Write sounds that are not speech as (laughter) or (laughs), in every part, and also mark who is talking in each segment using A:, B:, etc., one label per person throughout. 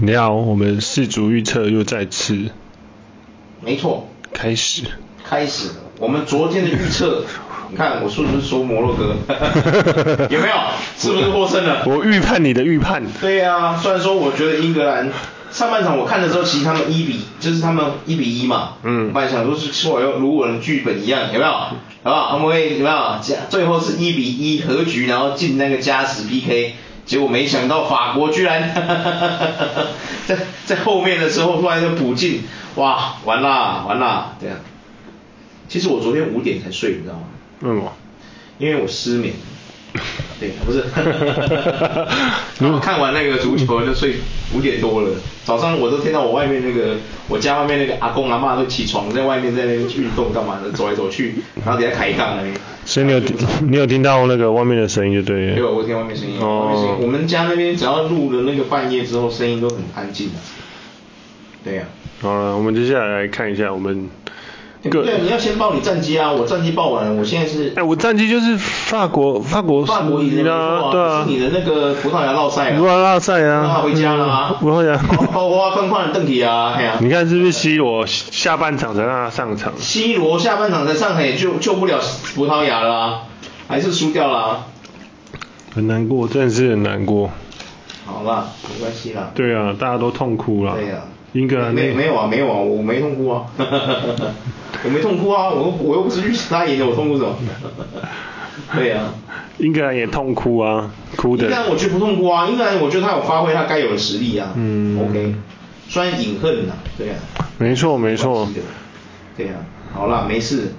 A: 你好，我们世足预测又再次
B: 没错，
A: 开始。
B: 开始了。我们昨天的预测，你看我是不是说摩洛哥？ (laughs) 有没有？是不是获胜了？
A: 我预判你的预判，
B: 对呀、虽然说我觉得英格兰上半场我看的时候，其实他们一比，就是他们一比一嘛，
A: 嗯
B: 我本来想说是是我要如我的剧本一样，有没有？好不好？他们会有没有？加最后是一比一和局，然后进那个加时 PK，结果没想到法国居然 (laughs) 在在后面的时候突然就补进，哇，完啦完啦，这样。其实我昨天五点才睡，你知道吗？
A: 嗯吗？。
B: 因为我失眠。对，不是如果看完那个足球就睡五点多了，早上我都听到我外面那个我家外面那个阿公阿妈都起床在外面在那边运动干嘛的，走来走去，然后底下开杠那边。
A: 所以你有
B: 啊
A: 你有听到那个外面的声音就对
B: 对，
A: 了。
B: 我听外面声音，
A: 哦
B: 外面声音。我们家那边只要录了那个半夜之后，声音都很安静的。对呀、
A: 好了，我们接下来来看一下我们各。
B: 对，你要先报你战绩啊！我战绩报完了，我现在是
A: 哎，我战绩就是法国，法国
B: 法国赢
A: 赢
B: 了，
A: 啊，对啊
B: 是你。的那个葡萄牙落赛啊，
A: 葡萄牙赛
B: 葡萄
A: 啊
B: 牙，回家了啊，
A: 葡萄牙。
B: 包括看看邓体啊，哎呀、
A: 你看是不是 C 罗下半场才让他上场？
B: C 罗下半场在上海也救救不了葡萄牙了、啊，还是输掉了、啊，
A: 很难过，真的是很难过。
B: 好啦，没关系啦，
A: 对啊，大家都痛哭了。
B: 对呀、
A: 英格兰
B: 没
A: 那
B: 没有啊，没有啊，我没痛哭啊， (laughs) 我没痛哭啊，我又我又不是预测他赢的，我痛哭什么？ (laughs) 对呀、
A: 英格兰也痛哭啊，哭
B: 英
A: 的
B: 格。兰我觉得不痛哭啊，英格兰我觉得他有发挥他该有的实力啊，
A: 嗯
B: ，OK，虽然隐恨呐、啊对呀、
A: 没错没错
B: 关系，的对呀、好啦，没事。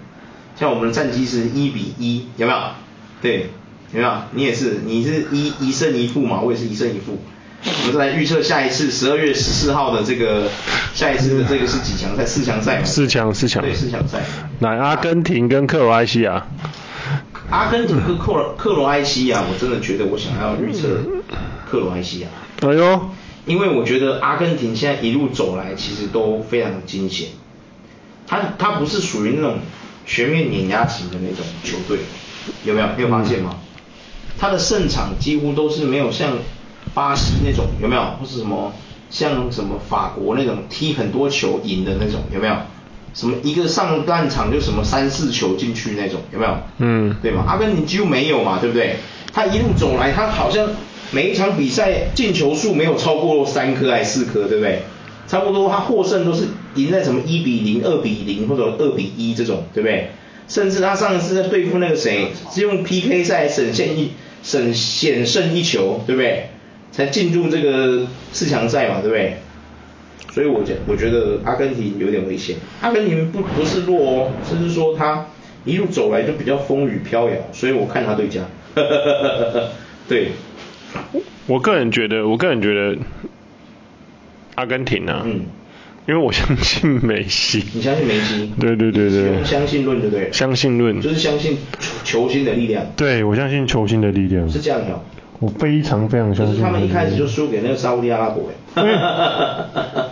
B: 像我们的战绩是一比一，有没有？对，有没有？你也是，你是一一胜一负嘛，我也是一胜一负。我们再来预测下一次十二月十四号的这个下一次的这个是几强赛？四强赛嘛？
A: 四强四强
B: 对，四强赛。
A: 来阿根廷跟克罗埃西亚，
B: 阿根廷跟克罗克罗埃西亚，我真的觉得我想要预测克罗埃西亚。
A: 哎呦，
B: 因为我觉得阿根廷现在一路走来，其实都非常惊险。他他不是属于那种全面碾压型的那种球队，有没有？你有发现吗？他的胜场几乎都是没有像巴西那种，有没有？或是什么像什么法国那种踢很多球赢的那种，有没有？什么一个上半场就什么三四球进去那种，有没有？
A: 嗯
B: 对嘛？阿根廷几乎没有嘛，对不对？他一路走来，他好像每一场比赛进球数没有超过三颗还是四颗，对不对？差不多他获胜都是赢在什么一比零、二比零或者二比一这种，对不对？甚至他上次在对付那个谁，是用 PK 赛省现一省险胜一球，对不对？才进入这个四强赛嘛，对不对？所以我觉我觉得阿根廷有点危险。阿根廷不不是弱哦，甚至说他一路走来就比较风雨飘摇，所以我看他对家。 (laughs) 对，
A: 我个人觉得，我个人觉得阿根廷啊，
B: 嗯，
A: (laughs) 因为我相信梅西，
B: 你相信梅西？
A: 对对对对
B: 你用相信论就对了，
A: 相信论
B: 就是相信球球星的力量，
A: 对我相信球星的力量，
B: 是这样的哦、
A: 我非常非常
B: 就
A: 相
B: 是
A: 信。
B: 他们一开始就输给那个沙烏地阿拉伯哎，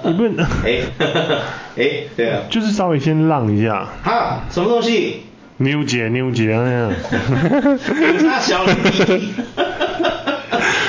A: 你不能
B: 哎 (laughs) 哎， (laughs) 对啊，
A: (laughs) 就是稍微先浪一下，
B: 哈，什么东西？
A: 扭姐扭姐那
B: (laughs)
A: 样。
B: 他小你屁。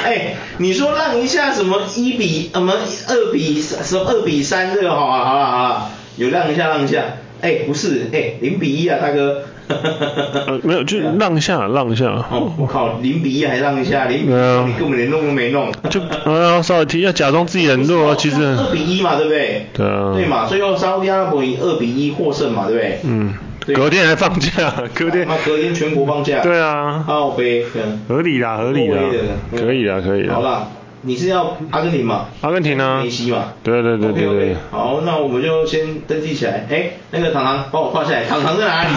B: 哎，你说让一下什么一比什么二比什么二比三这个好啊好啊好啊，有让一下让一下。哎，不是，哎，零比一啊，
A: (laughs)
B: 大哥。
A: 呃，没有，就是浪一下浪一下，
B: 哦，
A: (laughs)
B: 我靠，零比一还让一下，零比一、
A: 对啊
B: 你根本连弄都没弄。
A: 就呃稍微提，要假装自己很弱，哦其实
B: (laughs) 二比一嘛，对不对？
A: 对啊
B: 对嘛，最后沙特阿拉伯以二比一获胜嘛，对不对？
A: 嗯，
B: 对
A: 隔天还放假，隔天
B: 那隔天全国放假。
A: 对啊
B: 靠呗，嗯。
A: 合理啦，合理啦
B: 后卫的，
A: 可以啦，啊可以啦。
B: 好啦，你是要阿根廷嘛？
A: 阿根廷啊
B: 梅西嘛？
A: 对对对对
B: OK，OK，
A: 对
B: 好，那我们就先登记起来。哎，那个糖糖，帮我画下来，糖糖
A: (laughs)
B: 在哪里？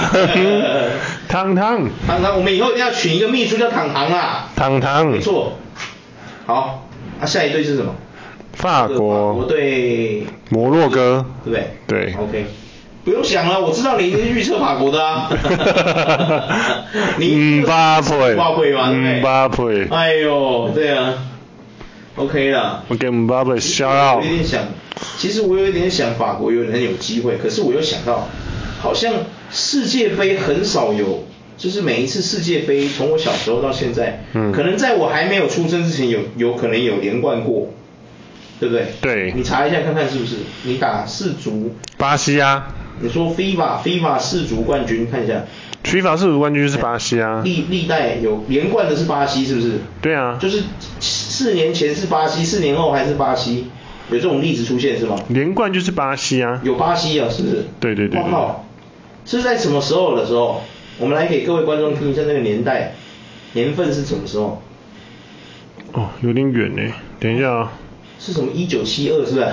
A: 汤汤
B: 糖糖，我们以后一定要取一个秘书叫糖糖啊。
A: 汤汤
B: 没，错。好，那、下一队是什么？
A: 法
B: 法国
A: 国、
B: 队，
A: 摩洛哥，
B: 对不对？
A: 对。
B: OK。不用想了，我知道你一定是预测法国的啊你
A: 姆巴佩，
B: 姆巴佩嘛，对不对？
A: 姆巴佩，
B: 哎呦，对啊，OK 啦。
A: 我给姆巴佩 shout
B: 我
A: out
B: 有。点想，其实我有点想法国有人有机会，可是我又想到，好像世界杯很少有，就是每一次世界杯从我小时候到现在，
A: 嗯
B: 可能在我还没有出生之前有有可能有连冠过，对不对？
A: 对
B: 你查一下看看是不是？你打世足，
A: 巴西啊
B: 你说 FIBA FIBA 世足冠军，看一下，
A: ，FIFA 世足冠军是巴西啊，
B: 历历代有连冠的是巴西，是不是？
A: 对啊，
B: 就是四年前是巴西，四年后还是巴西，有这种例子出现是吗？
A: 连冠就是巴西啊，
B: 有巴西啊，是不是？
A: 对对对对
B: 哇靠！是在什么时候的时候？我们来给各位观众听一下那个年代、年份是什么时候？
A: 哦，有点远呢，等一下啊、
B: 是什么？一九七二是不是？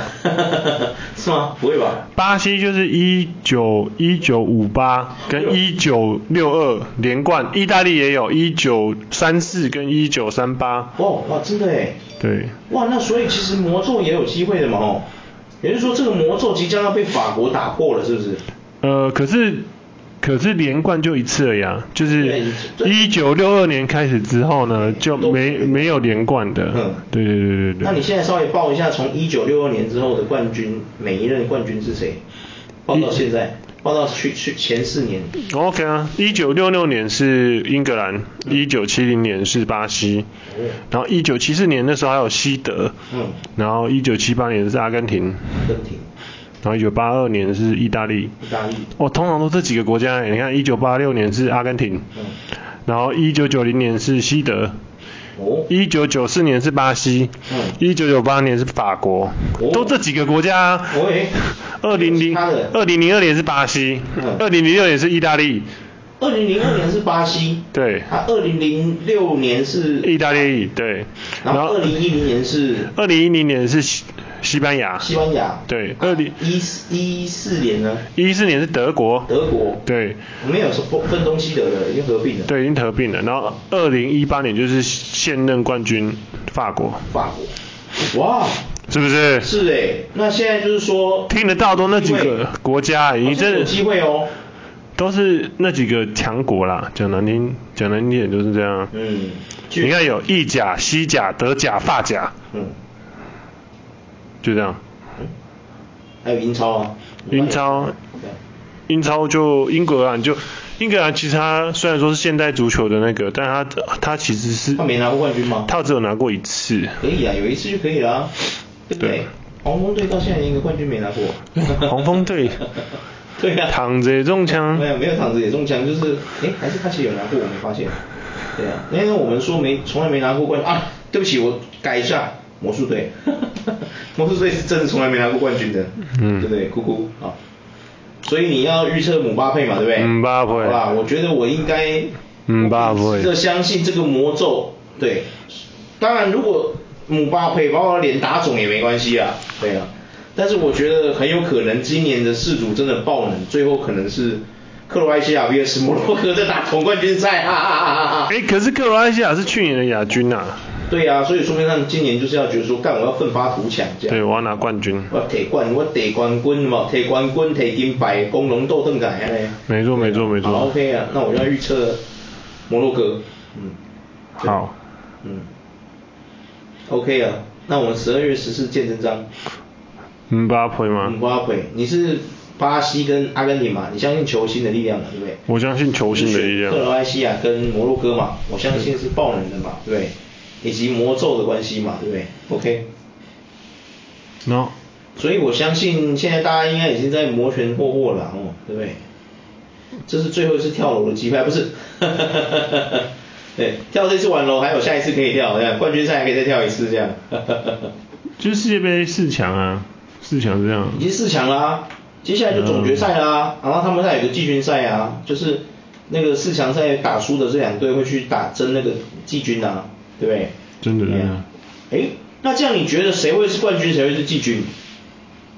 B: (laughs) 是吗？不会吧？
A: 巴西就是一九一九五八跟一九六二连冠，意大利也有一九三四跟一九三八，
B: 哦，哇，真的哎！
A: 对，
B: 哇，那所以其实魔咒也有机会的嘛哦。也就是说，这个魔咒即将要被法国打破了，是不是？
A: 呃，可是可是连冠就一次而已啊，就是
B: 对
A: 一九六二年开始之后呢，就没没有连冠的，
B: 嗯
A: 对对对对
B: 那你
A: 对，
B: 现在稍微报一下，从一九六二年之后的冠军，每一任冠军是谁？报到现在，报到去去前四年。
A: OK 啊，一九六六年是英格兰，
B: 嗯
A: 一九七零年是巴西，
B: 哦
A: 然后一九七四年那时候还有西德，
B: 嗯，
A: 然后一九七八年是阿根廷。
B: 阿根廷、
A: 然后一九八二年是意大利，
B: 意大利，
A: 哦，通常都这几个国家欸。你看，一九八六年是阿根廷，
B: 嗯，
A: 然后一九九零年是西德，
B: 哦，
A: 一九九四年是巴西
B: 嗯，
A: 一九九八年是法国，
B: 哦
A: 都这几个国家啊。
B: 喂，
A: 二零
B: 其
A: 零
B: 他的
A: 二零零二年是巴西
B: 嗯，
A: 二零零六年是意大利，
B: 二零零二年是巴西，
A: 对，
B: 他二零零六年是，
A: 意大利对，
B: 然后二零一零年是
A: 二零一零年是西西班牙，
B: 西班牙，啊
A: 对，二零
B: 一一四年呢
A: 一四年是德国，
B: 德国，
A: 对
B: 我们有分分东西德的，已经合并了，，
A: 对，已经合并了。然后二零一八年就是现任冠军法国，
B: 法国，哇，
A: 是不是？
B: 是哎，那现在就是说，
A: 听得到都那几个国家，啊
B: 好
A: 你
B: 像有
A: 这
B: 机会哦，
A: 都是那几个强国啦。讲难听，讲难听点就是这样。啊
B: 嗯，
A: 你看有意甲、西甲、德甲、法甲，
B: 嗯，
A: 就这样。
B: 还有英超啊，嗯
A: 英超
B: 对，
A: 英超就英格兰就英格兰，其实它虽然说是现代足球的那个，但它它其实是
B: 他没拿过冠军吗？
A: 它只有拿过一次。
B: 可以啊，有一次就可以了、啊，对不对？
A: 对
B: 黄蜂队到现在一个冠军没拿过。
A: (laughs) 黄蜂队
B: (laughs) 对啊，
A: 躺着也中枪
B: 没，有没有躺着也中枪，就是哎，还是他其实有拿过，我没发现。对啊，因为我们说没从来没拿过冠军啊，对不起，我改一下，魔术队， (laughs) 魔术队是真的从来没拿过冠军的，
A: 嗯
B: 对不对？哭哭啊。所以你要预测姆巴佩嘛，对不对？
A: 姆巴佩
B: 好吧，我觉得我应该
A: 姆嗯巴佩
B: 我值得相信这个魔咒。对，当然如果姆巴佩把我的脸打肿也没关系啊，对啊。但是我觉得很有可能今年的世足真的爆冷，最后可能是克罗埃西亚 VS 摩洛哥在打总冠军赛，哈哈哈哈哈哈。
A: 哎，可是克罗埃西亚是去年的亚军啊，
B: 对啊，所以说明他们今年就是要觉得说，干我要奋发图强这样。
A: 对，我要拿冠军。
B: 我摕冠，我摕冠军嘛，摕冠军，摕金牌，光荣斗阵感安尼。
A: 没错没错没错
B: 哎好 OK 啊，那我就要预测摩洛哥，嗯，对
A: 好，
B: 嗯，OK 啊，那我们十二月十四见真章，
A: 姆巴佩吗？
B: 姆巴佩，你是巴西跟阿根廷嘛？你相信球星的力量嘛，对不对？
A: 我相信球星的力量
B: 克罗埃西亚跟摩洛哥嘛，我相信是爆冷的嘛，对不对，以及魔咒的关系嘛，对不对？OK。
A: 然后
B: 所以我相信现在大家应该已经在摩拳霍霍了哦，对不对？这是最后一次跳楼的机会，啊不是？ (laughs) 对，跳这次完楼，还有下一次可以跳，这样冠军赛还可以再跳一次，这样。 (laughs)
A: 就是世界杯四强啊，四强是这样
B: 已。经四强啦、啊接下来就总决赛啦、
A: 嗯
B: 然后他们还有个季军赛啊，就是那个四强赛打输的这两队会去打争那个季军啊，对不对？
A: 真的
B: 对啊哎，那这样你觉得谁会是冠军，谁会是季军？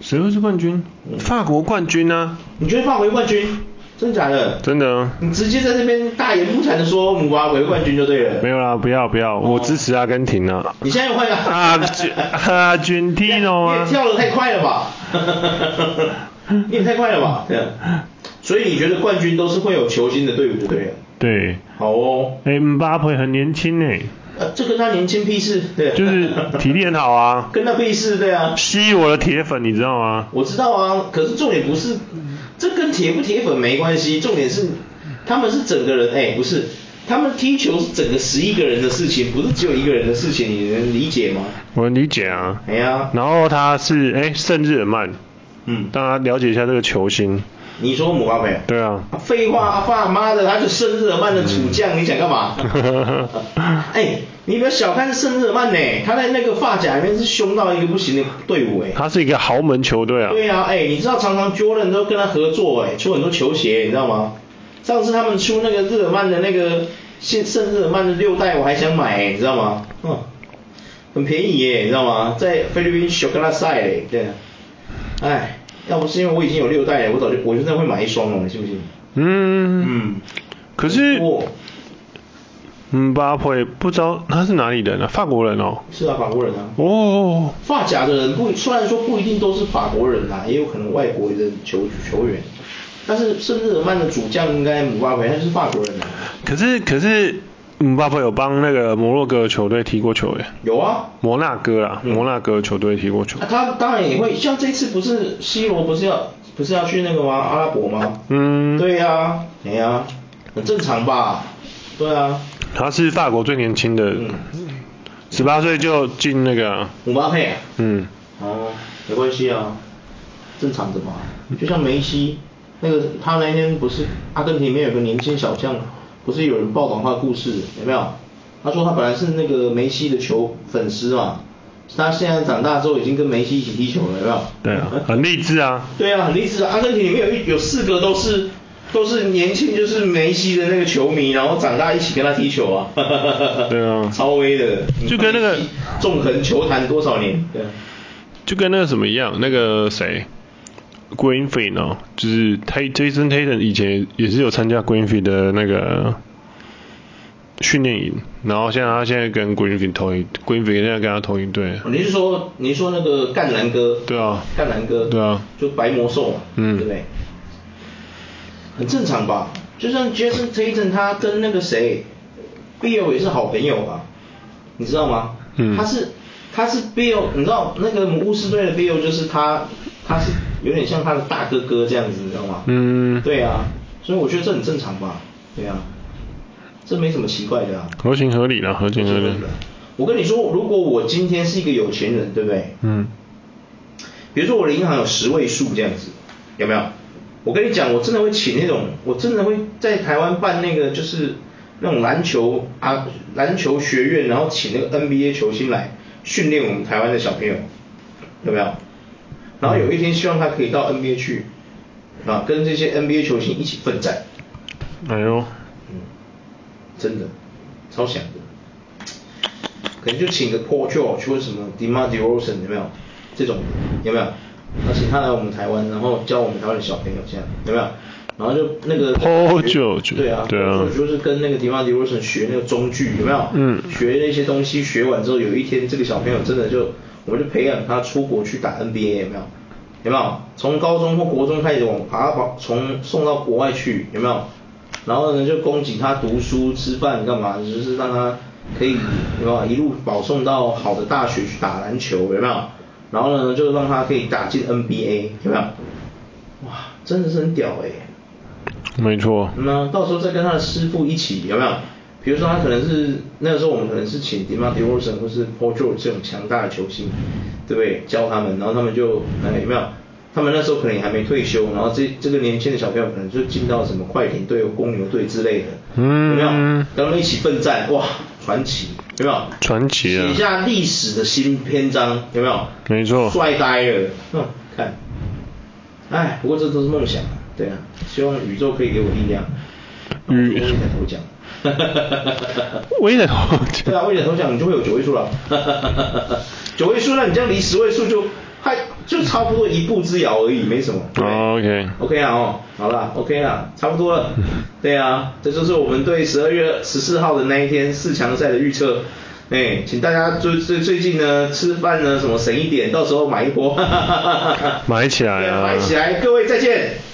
A: 谁会是冠军？法国冠军啊，
B: 你觉得法国会冠军？真的假的？
A: 真的啊。
B: 你直接在这边大言不惭的说姆巴佩冠军就对了。
A: 没有啦，不要不要，我支持阿根廷啊。
B: 你现在又换一个
A: 阿根阿根廷
B: 你也
A: 啊，
B: 跳得太快了
A: (laughs)
B: 吧？你也太快了吧？对啊。所以你觉得冠军都是会有球星的队伍就对了。
A: 对，
B: 好哦。
A: 哎，姆巴佩很年轻哎，
B: 呃，这跟他年轻屁事，对。
A: 就是体力很好啊，
B: (laughs) 跟他屁事，对啊。
A: 吸我的铁粉，你知道吗？
B: 我知道啊，可是重点不是，这跟铁不铁粉没关系，重点是他们是整个人，哎、不是，他们踢球是整个十一个人的事情，不是只有一个人的事情，你能理解吗？
A: 我理解啊。
B: 哎呀，
A: 然后他是哎圣日耳曼，
B: 嗯，
A: 大家了解一下这个球星。
B: 你说姆巴佩，
A: 对啊，
B: 啊废话，阿爸妈的，他就圣日耳曼的主将，你想干嘛？哎，你不要小看圣日耳曼呢，他在那个发甲里面是凶到一个不行的队伍哎。
A: 他是一个豪门球队啊。
B: 对啊，哎，你知道常常 Jordan 都跟他合作哎，出很多球鞋，你知道吗？上次他们出那个日耳曼的那个现圣日耳曼的六代，我还想买哎，你知道吗？嗯，很便宜耶，你知道吗？在菲律宾小跟他赛嘞，对啊。哎，要不是因为我已经有六代了，我早就我就真的会买一双了，你信不信？
A: 嗯，
B: 嗯，
A: 可是
B: 我
A: 姆巴佩不知道他是哪里人啊，法国人哦。
B: 是啊，法国人啊。
A: 哦，
B: 发夹的人不，虽然说不一定都是法国人啦，也有可能外国的球球员，但是圣日耳曼的主将应该姆巴佩，他是法国人啊。
A: 可是可是姆巴佩有帮那个摩洛哥球队踢过球耶，
B: 有啊，
A: 摩纳哥啦，
B: 嗯
A: 摩纳哥球队踢过球
B: 啊。他当然也会，像这次不是 C 罗不是要不是要去那个吗？阿拉伯吗？
A: 嗯，
B: 对呀、哎呀、很正常吧？对啊，
A: 他是法国最年轻的
B: 嗯，
A: 十八岁就进那个啊，
B: 姆巴佩啊，
A: 嗯，
B: 哦，没关系啊，正常的嘛。就像梅西，那个他那天不是阿根廷里面有个年轻小将，不是有人报道他的故事，有没有？他说他本来是那个梅西的球粉丝嘛，他现在长大之后已经跟梅西一起踢球了，有没有？
A: 对啊，很励志啊。
B: 对啊，很励志啊！阿根廷里面有一有四个都是都是年轻就是梅西的那个球迷，然后长大一起跟他踢球啊。
A: 对啊
B: (laughs) 超威的，
A: 就跟那个
B: 梅西纵横球坛多少年？对啊。
A: 就跟那个什么一样，那个谁，Greenfield 哦，就是他 Jason Tatum 以前也是有参加 Greenfield 的那个训练营，然后现在他现在跟 Greenfield 同一，Greenfield 现在跟他同一队，
B: 哦你是说你是说那个赣南哥？
A: 对啊
B: 赣南哥。
A: 对啊
B: 就白魔兽嘛，
A: 嗯
B: 对不对？很正常吧？就像 Jason Tatum 他跟那个谁 Bill 也是好朋友啊，你知道吗？
A: 嗯
B: 他是他是 Bill，你知道那个巫师队的 Bill 就是他，他是有点像他的大哥哥这样子，你知道吗？
A: 嗯
B: 对啊，所以我觉得这很正常吧？对啊，这没什么奇怪的啊。
A: 合情合理啦，合情合理。
B: 我跟你说，如果我今天是一个有钱人，对不对？
A: 嗯，
B: 比如说我的银行有十位数这样子，有没有？我跟你讲，我真的会请那种，我真的会在台湾办那个就是那种篮球啊篮球学院，然后请那个 NBA 球星来训练我们台湾的小朋友，有没有？然后有一天希望他可以到 NBA 去，啊，跟这些 NBA 球星一起奋战，
A: 哎呦，
B: 嗯，真的，超想的，可能就请个 Paul George 或者什么 Demar Derozan 有没有？这种有没有？那请他来我们台湾，然后教我们台湾的小朋友这样有没有？然后就那个
A: Paul George，
B: 对啊，
A: 对啊
B: Paul George 就是跟那个 Demar Derozan 学那个中剧有没有？
A: 嗯
B: 学那些东西，学完之后有一天这个小朋友真的就，我们就培养他出国去打 NBA 有没有？有没有？从高中或国中开始往把他往从送到国外去有没有？然后呢，就供给他读书、吃饭、干嘛，就是让他可以有没有一路保送到好的大学去打篮球，有没有？然后呢，就让他可以打进 NBA，有没有？哇，真的是很屌哎、
A: 没错，
B: 那到时候再跟他的师傅一起，有没有？比如说他可能是那个时候我们可能是请 Demar Derozan 或是 Paul George 这种强大的球星，对不对？教他们，然后他们就哎有没有？他们那时候可能也还没退休，然后这这个年轻的小朋友可能就进到什么快艇队、公牛队之类的，
A: 嗯
B: 有没有？跟他们一起奋战，哇，传奇，有没有？
A: 传奇啊
B: 写下历史的新篇章，有没有？
A: 没错
B: 帅呆了，哼，看。哎，不过这都是梦想啊，对啊，希望宇宙可以给我力量。
A: 宇
B: 我也想投奖。 (laughs)
A: 我也在
B: 对啊，我也想投奖，你就会有九位数了。 (laughs) 九位数，那你这样离十位数就还就差不多一步之遥而已，没什么。对不对
A: 哦，OK
B: OK 啊哦，好啦 o k 啦，差不多了。对啊，这就是我们对十二月十四号的那一天四强赛的预测。哎、请大家最最最近呢，吃饭呢什么省一点，到时候买一波， (laughs)
A: 买起来啊
B: 对买起来，各位再见。